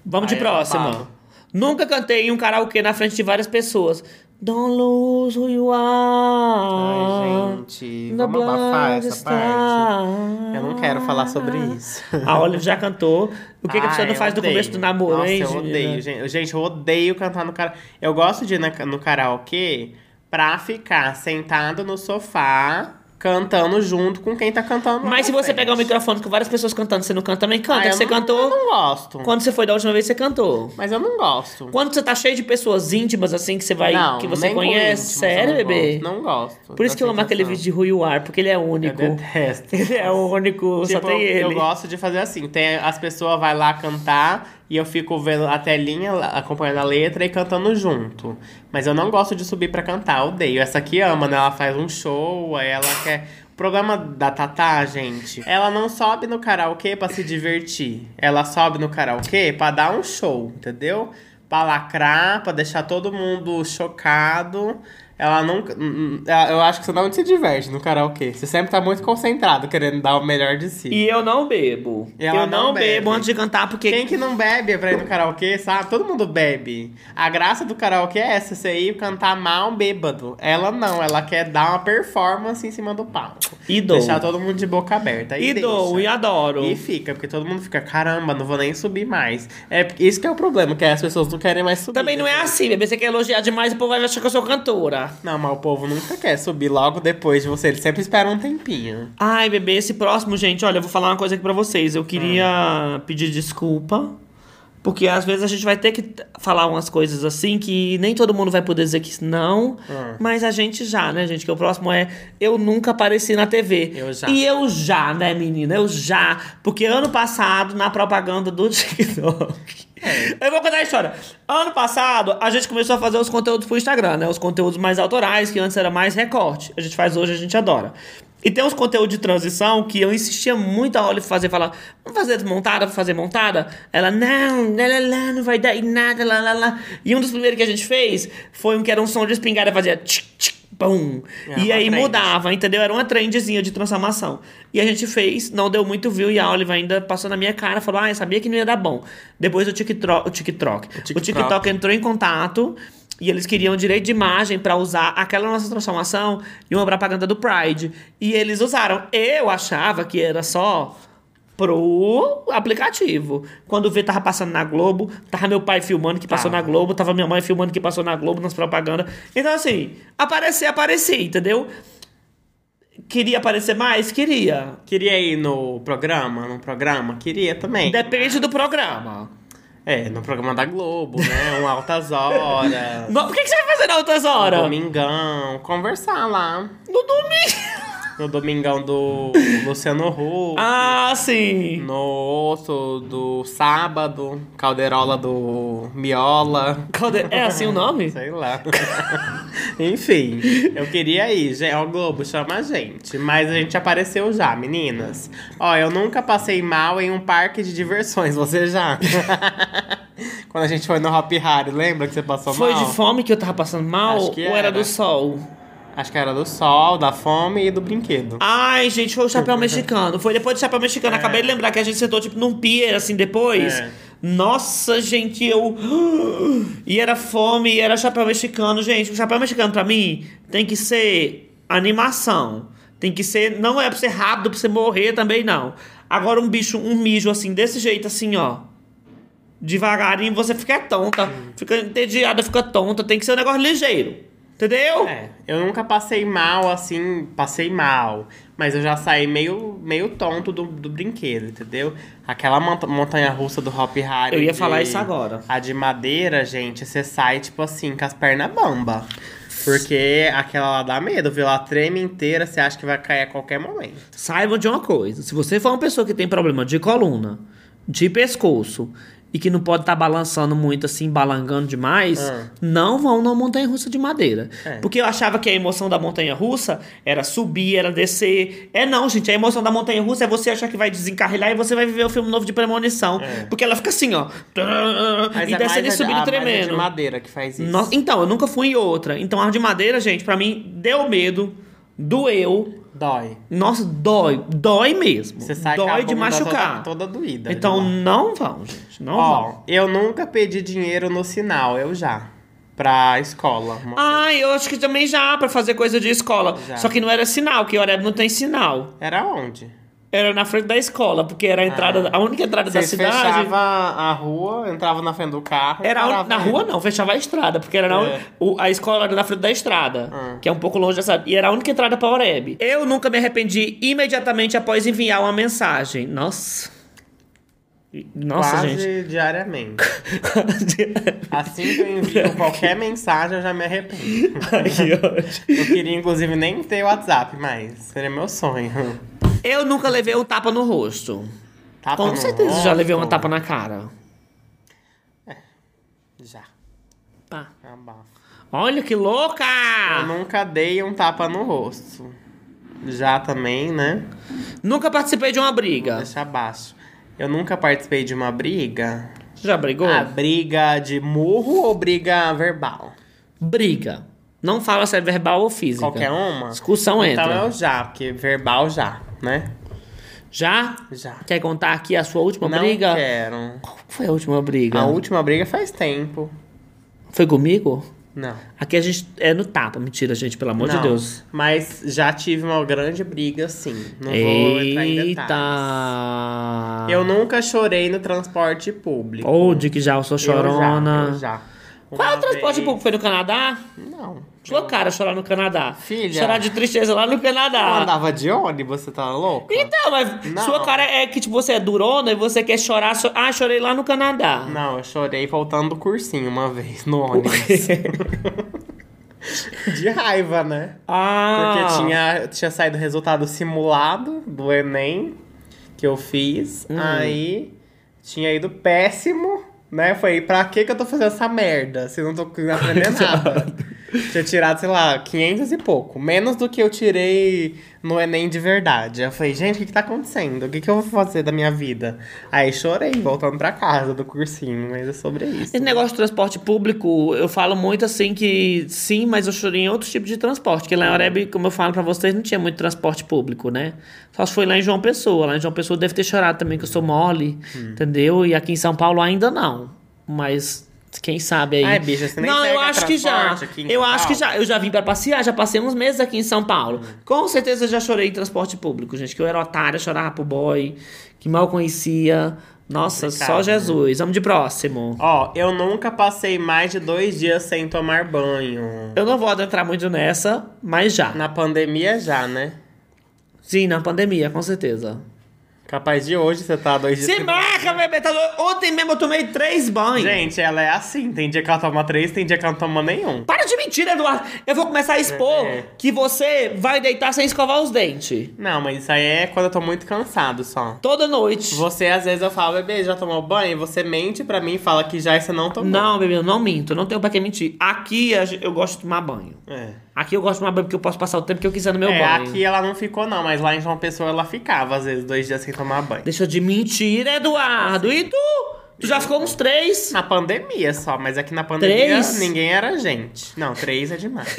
Vamos de
Aí é
próxima.
babado.
Nunca cantei em um karaokê na frente de várias pessoas. Don't lose who you are.
Ai, gente,
the
vamos abafar
blind
essa
star.
parte. Eu não quero falar sobre isso.
A Olive já cantou. O que, que a pessoa
Ai,
não
Ah, eu
faz no
odeio.
começo do namoro,
Nossa,
hein,
eu
Juliana?
odeio, gente. Gente, eu odeio cantar no karaokê. Eu gosto de ir na- no karaokê pra ficar sentado no sofá, cantando junto com quem tá cantando. lá
Mas se
na
você
frente.
pegar o microfone com várias pessoas cantando, você não canta também? Canta,
Ah, eu
é que você
não-
cantou.
Eu não gosto.
Quando você foi da última vez, você cantou.
Mas eu não gosto.
Quando você tá cheio de pessoas íntimas, assim, que você vai.
não,
que você
nem com
conhece.
íntimos
Sério,
eu não
bebê?
Gosto, não gosto.
Por isso
da
que eu amo aquele
sensação.
vídeo de Who You Are, porque ele é
Eu
único.
detesto.
Ele é único, (laughs) só
Tipo,
tem ele.
eu, eu gosto de fazer assim. Tem, as pessoas vão lá cantar e eu fico vendo a telinha, lá, acompanhando a letra e cantando junto. Mas eu não gosto de subir pra cantar, odeio. Essa aqui ama, né? Ela faz um show, aí ela quer. O problema da Tatá, gente, ela não sobe no karaokê pra se divertir. Ela sobe no karaokê pra dar um show, entendeu? Pra lacrar, pra deixar todo mundo chocado. Ela nunca. hum, hum, ela- Eu acho que você não se diverte no karaokê. Você sempre tá muito concentrado, querendo dar o melhor de si.
E eu não bebo.
Ela
eu não,
não bebe.
bebo antes de cantar, porque.
Quem que não bebe pra ir no karaokê, sabe? Todo mundo bebe. A graça do karaokê é essa, você ir cantar mal bêbado. Ela não, ela quer dar uma performance em cima do palco.
E dou.
Deixar todo mundo de boca aberta. E,
E dou, é e
deixa.
adoro.
E fica, porque todo mundo fica, caramba, não vou nem subir mais. É porque- isso que é o problema, que as pessoas não querem mais subir.
Também não é assim, bebê. Você quer elogiar demais, o povo vai achar que eu sou cantora.
Não, mas o povo nunca quer subir logo depois de você. Eles sempre esperam um tempinho.
Ai, bebê, esse próximo, gente, olha, eu vou falar uma coisa aqui pra vocês. Eu queria pedir desculpa. Porque às vezes a gente vai ter que t- falar umas coisas assim que nem todo mundo vai poder dizer que não. Mas a gente já, né, gente? Que o próximo é Eu Nunca Apareci na TV.
Eu já.
E eu já, né, menina? Eu já. Porque ano passado, na propaganda do (laughs) TikTok. Eu vou contar a história. Ano passado, a gente começou a fazer os conteúdos pro Instagram, né? Os conteúdos mais autorais, que antes era mais recorte. A gente faz hoje, a gente adora. E tem uns conteúdos de transição que eu insistia muito a Oli fazer, falar, vamos fazer montada, vamos fazer montada? Ela, não, lá, lá, lá, não vai dar em nada, lá, lá, lá. E um dos primeiros que a gente fez foi um que era um som de espingarda, fazia tchic, tchic, bum.
Era
e
uma
aí
trend.
mudava tava, entendeu? Era uma trendzinha de transformação. E a gente fez, não deu muito view, e a Oliva ainda passou na minha cara, falou, ah, eu sabia que não ia dar bom. Depois o TikTok, o TikTok, o
TikTok.
TikTok entrou em contato, e eles queriam direito de imagem pra usar aquela nossa transformação e uma propaganda do Pride. E eles usaram. Eu achava que era só pro aplicativo. Quando o V tava passando na Globo, tava meu pai filmando que passou na
Tava.
Globo, tava minha mãe filmando que passou na Globo nas propagandas. Então, assim, aparecer, apareci, entendeu? Queria aparecer mais? Queria.
Queria ir no programa, num programa? Queria também.
Depende do programa.
É, no programa da Globo, né? Um Altas Horas.
(laughs) Não, por que, que você vai fazer na outras horas?
Domingão. Conversar lá.
No domingo.
No Domingão do Luciano Huck.
Ah, sim.
No outro do Sábado. Calderola do Miola.
Calde- É assim o nome?
Sei lá. (laughs) Enfim, eu queria ir. gente. Ó, Globo, chama a gente. Mas a gente apareceu já, meninas. Ó, eu nunca passei mal em um parque de diversões, você já? (laughs) Quando a gente foi no Hop Harry, lembra que você passou
Foi
mal?
de fome que eu tava passando mal
Acho que
ou era
era.
do sol?
Acho que era do sol, da fome e do brinquedo.
Ai, gente, foi o
(laughs)
chapéu mexicano. Foi depois do chapéu mexicano. Acabei de lembrar que a gente sentou, tipo, num pier, assim, depois.
É.
Nossa, gente, eu. (gasps) E era fome, e era chapéu mexicano. Gente, o chapéu mexicano, pra mim, tem que ser animação. Tem que ser. Não é pra ser rápido, pra você morrer também, não. Agora, um bicho, um mijo, assim, desse jeito, assim, ó. Devagarinho, você fica é tonta. Fica entediada, fica tonta. Tem que ser um negócio ligeiro. Entendeu?
É, eu nunca passei mal assim, passei mal. Mas eu já saí meio, meio tonto do, do brinquedo, entendeu? Aquela montanha russa do Hop Harry.
Eu ia falar isso agora.
A de madeira, gente, você sai, tipo assim, com as pernas bamba. Porque aquela lá dá medo, viu? Ela treme inteira, você acha que vai cair a qualquer momento.
Saiba de uma coisa: se você for uma pessoa que tem problema de coluna, de pescoço e que não pode estar balançando muito assim, balangando demais,
Ah.
não vão na montanha russa de madeira.
É.
Porque eu achava que a emoção da montanha russa era subir, era descer. É não, gente, a emoção da montanha russa é você achar que vai desencarrilhar e você vai viver o filme novo de premonição.
É.
Porque ela fica assim, ó. e
é
descendo e
mais a-
subindo
a-
e
mais a
tremendo.
de madeira que faz isso.
Nossa, então, eu nunca fui em outra. Então, a de madeira, gente, pra mim deu medo, doeu.
Dói.
Nossa, dói, dói mesmo.
Você sai com a
dói de
bunda
machucar.
Toda, toda doída. de
então
lá.
não vão, gente, não vão.
Ó, eu nunca pedi dinheiro no sinal, eu já. Pra escola. uma
Ah, eu acho que também já pra fazer coisa de escola.
Já.
Só que não era sinal, que Oreb não tem sinal.
Era onde?
Era na frente da escola, porque era a entrada, a única entrada da
Ah. Vocês
cidade.
fechava a rua, entrava na frente do carro. e
Era a-
parava
na
aí.
rua não, fechava a estrada, porque era na-
É.
o- a escola era na frente da estrada,
Ah.
que é um pouco longe dessa, e era a única entrada pra Oreb. Eu nunca me arrependi imediatamente após enviar uma mensagem. Nossa. Nossa,
Quase
gente. (laughs)
diariamente. Assim que
(laughs)
eu envio qualquer mensagem, eu já me arrependo.
Ai, que ódio.
Eu queria, inclusive, nem ter WhatsApp, mas seria meu sonho.
Eu nunca levei um tapa no rosto.
Tapa
Com
no
certeza já
rosto?
levei uma tapa na cara.
Já.
Pá.
Abafa.
Olha que louca!
Eu nunca dei um tapa no rosto. Já também, né?
Nunca participei de uma briga.
Deixa abaixo. Eu nunca participei de uma briga.
Já brigou?
Ah, briga de murro ou briga verbal?
Briga. Não fala se é verbal ou física.
Qualquer uma?
Discussão
então
entra.
eu já, porque verbal já, né?
Já?
Já.
Quer contar aqui a sua última
Não
briga?
quero.
Qual foi a última briga?
A última briga faz tempo.
Foi comigo?
Não.
Aqui a gente é no tapa. Mentira, gente, pelo amor
Não.
de Deus.
Mas já tive uma grande briga, sim. Não vou entrar em detalhes.
Eita!
Eu nunca chorei no transporte público.
Onde que já eu sou chorona?
Eu já, eu já. Uma
Qual é o transporte
vez-
público? Foi no Canadá?
Não.
Sua cara chorar no Canadá.
Filha.
Chorar de tristeza lá no
Eu
Canadá.
andava de ônibus, você tá louco?
Então, mas
Não.
sua cara é que tipo, você é durona e você quer chorar. so- Ah, chorei lá no Canadá.
Não, eu chorei voltando do cursinho uma vez no ônibus. de raiva, né?
ah.
Porque tinha, tinha saído o resultado simulado do Enem que eu fiz. Aí tinha ido péssimo, né? Foi, pra que que eu tô fazendo essa merda? Se eu não tô aprendendo nada. Tinha tirado, sei lá, 500 e pouco. Menos do que eu tirei no Enem de verdade. Eu falei, gente, o que que tá acontecendo? O que que eu vou fazer da minha vida? Aí chorei, voltando pra casa do cursinho. Mas é sobre isso.
Esse negócio de transporte público, eu falo muito assim que sim, mas eu chorei em outro tipo de transporte. Porque lá em Oreb, como eu falo pra vocês, não tinha muito transporte público, né? Só se foi lá em João Pessoa. Lá em João Pessoa deve ter chorado também, que eu sou mole,
Hum.
entendeu? E aqui em São Paulo ainda não. Mas quem sabe aí.
Ai, bicha, você nem
não, eu
pega
acho que já.
transporte aqui em
Eu
São
acho que
Paulo? Hum.
já. Eu já vim pra passear, já passei uns meses aqui em São Paulo. Com certeza já chorei em transporte público, gente. Que eu era otária, chorava pro boy, que mal conhecia. Nossa,
Complicado,
só
né?
Jesus. Vamos de próximo.
Ó, eu nunca passei mais de dois dias sem tomar banho.
Eu não vou adentrar muito nessa, mas já.
Na pandemia já, né?
Sim, na pandemia, com certeza.
Capaz de hoje você tá dois dias.
Se marca, bebê! Tá doido? Ontem mesmo eu tomei três banhos.
Gente, ela é assim. Tem dia que ela toma três, tem dia que ela não toma nenhum.
Para de mentir, Eduardo. Eu vou começar a expor
É.
que você vai deitar sem escovar os dentes.
Não, mas isso aí é quando eu tô muito cansado só.
Toda noite.
Você, às vezes, eu falo, bebê, já tomou banho? Você mente pra mim e fala que já e você não tomou.
Não, bebê, eu não minto. Eu não tenho pra que mentir. Aqui a gen- eu gosto de tomar banho.
É.
Aqui eu gosto de tomar banho porque eu posso passar o tempo que eu quiser no meu
é,
banho.
aqui ela não ficou, não, mas lá em João Pessoa ela ficava, às vezes, dois dias sem tomar banho.
Deixa de mentir, Eduardo. E tu? Tu já ficou uns três?
Na pandemia só, mas aqui na pandemia
Três?
ninguém era gente. Não, três é (laughs) demais.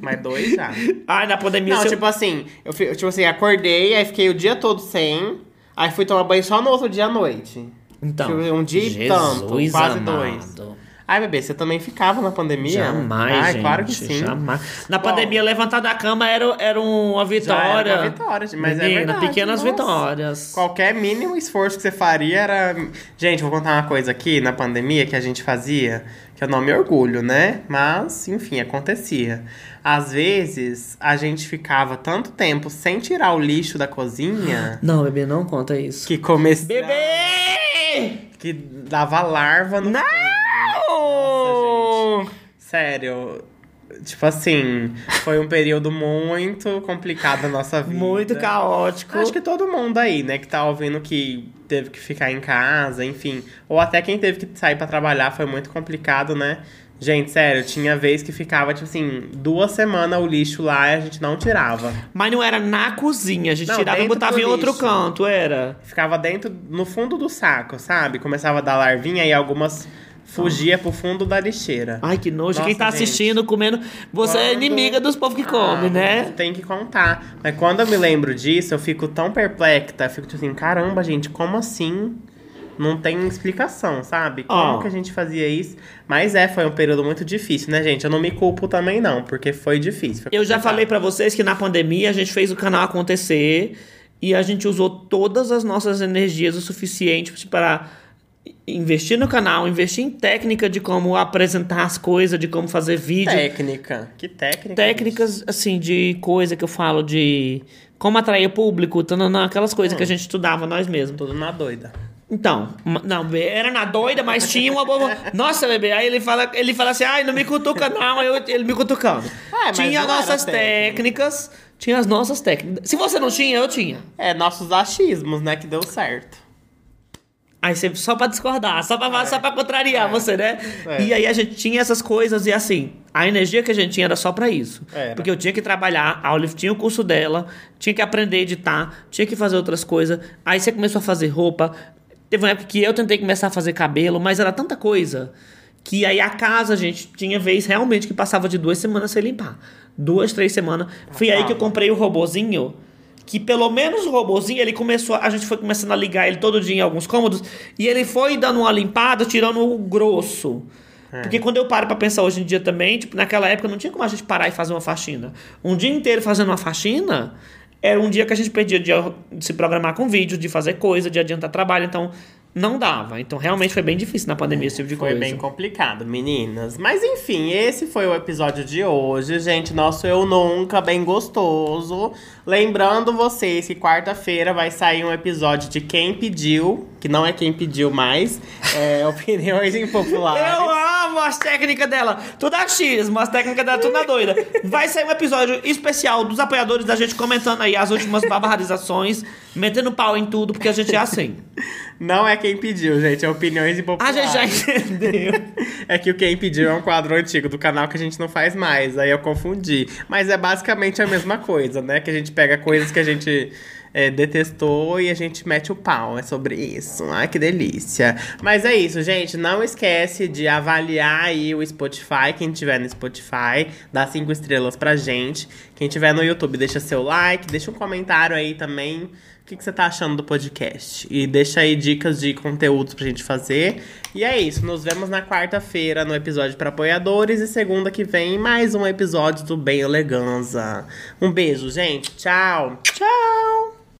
mas dois já.
Ai, na pandemia...
Não,
se eu-
tipo assim, eu fi- tipo assim, acordei, aí fiquei o dia todo sem, aí fui tomar banho só no outro dia à noite.
Então,
tipo, um dia e
Jesus
tanto, quase
amado.
dois. Ai, bebê, você também ficava na pandemia?
Jamais,
Ai,
gente.
claro que sim.
Jamais. Na
Bom.
pandemia, levantar da cama era, era uma
Já era
vitória.
uma vitória, mas é
Menina,
verdade,
pequenas
nossa.
vitórias.
Qualquer mínimo esforço que você faria era. Gente, vou contar uma coisa aqui na pandemia que a gente fazia, que eu não me orgulho, né? Mas, enfim, acontecia. Às vezes, a gente ficava tanto tempo sem tirar o lixo da cozinha
Não, bebê, não conta isso.
que começou.
Bebê!
Que dava larva no.
Não!
Sério. Tipo assim, foi um período muito complicado da nossa vida.
Muito caótico.
Acho que todo mundo aí, né, que tá ouvindo que teve que ficar em casa, enfim. Ou até quem teve que sair pra trabalhar foi muito complicado, né? Gente, sério, tinha vez que ficava, tipo assim, duas semanas o lixo lá e a gente não tirava.
Mas não era na cozinha, a gente
Não,
tirava e
dentro
botava
do
em outro
lixo.
canto, era.
Ficava dentro, no fundo do saco, sabe? Começava a dar larvinha e algumas fugia pro fundo da lixeira.
Ai, que nojo. Quem
Nossa,
tá
gente.
assistindo, comendo. Você é
Quando-
inimiga dos povos que come,
Ah,
né?
Tem que contar. Mas quando eu me lembro disso, eu fico tão perplexa. Eu fico tipo assim, caramba, gente, como assim? Não tem explicação, sabe? Como
Ó.
que a gente fazia isso? Mas é, foi um período muito difícil, né, gente? Eu não me culpo também, não, porque foi difícil. foi
Eu já
complicado.
falei pra vocês que na pandemia a gente fez o canal acontecer e a gente usou todas as nossas energias o suficiente para investir no canal, investir em técnica de como apresentar as coisas, de como fazer vídeo,
Técnica. Que técnica?
técnicas assim de coisa que eu falo de como atrair público, tananã, aquelas coisas que a gente estudava nós mesmos.
Tudo na doida.
Então, ma- não, era na doida, mas tinha uma boa. Nossa, bebê, aí ele fala, ele fala assim, ai, não me cutuca, não, aí eu- ele me cutucando.
Ah, mas
tinha
não era
nossas técnicas, tinha as nossas técnicas. Se você não tinha, eu tinha.
É, nossos achismos, né, que deu certo.
Aí você, só pra discordar, só pra, só pra contrariar você, né?
É.
E aí a gente tinha essas coisas e assim, a energia que a gente tinha era só pra isso.
Era.
Porque eu tinha que trabalhar, a Olive tinha o curso dela, tinha que aprender a editar, tinha que fazer outras coisas. Aí você começou a fazer roupa. Teve uma época que eu tentei começar a fazer cabelo, mas era tanta coisa que aí a casa, a gente, tinha vez realmente que passava de duas semanas sem limpar. Duas, três semanas. Foi aí que eu comprei o robozinho. Que pelo menos o robozinho, ele começou. A gente foi começando a ligar ele todo dia em alguns cômodos. E ele foi dando uma limpada, tirando o grosso.
É.
Porque quando eu paro pra pensar hoje em dia também, tipo, naquela época não tinha como a gente parar e fazer uma faxina. Um dia inteiro fazendo uma faxina era um dia que a gente perdia de de se programar com vídeo, de fazer coisa, de adiantar trabalho. Então, não dava. Então, realmente foi bem difícil na pandemia esse tipo de
Foi
coisa.
bem complicado, meninas. Mas enfim, esse foi o episódio de hoje, gente. Nosso Eu Nunca, bem gostoso. Lembrando vocês que quarta-feira vai sair um episódio de Quem Pediu, que não é Quem Pediu mais, é (laughs) Opiniões Impopulares.
Eu amo as técnicas dela. Tudo achismo, as técnicas dela, é tudo na doida. Vai sair um episódio especial dos apoiadores da gente comentando aí as últimas barbarizações, metendo pau em tudo, porque a gente é assim.
Não é Quem Pediu, gente, é Opiniões
A
Impopulares.
Ah, gente já entendeu.
(laughs) É que o Quem Pediu é um quadro antigo do canal que a gente não faz mais, aí eu confundi. Mas é basicamente a mesma coisa, né? Que a gente pega coisas que a gente é, detestou e a gente mete o pau. É sobre isso. Ai, que delícia. Mas é isso, gente. Não esquece de avaliar aí o Spotify, quem tiver no Spotify, dá cinco estrelas pra gente. Quem tiver no YouTube, deixa seu like, deixa um comentário aí também. O que, que você tá achando do podcast? E deixa aí dicas de conteúdos pra gente fazer. E é isso, nos vemos na quarta-feira no episódio para apoiadores e segunda que vem mais um episódio do Bem Eleganza. Um beijo, gente. Tchau. Tchau.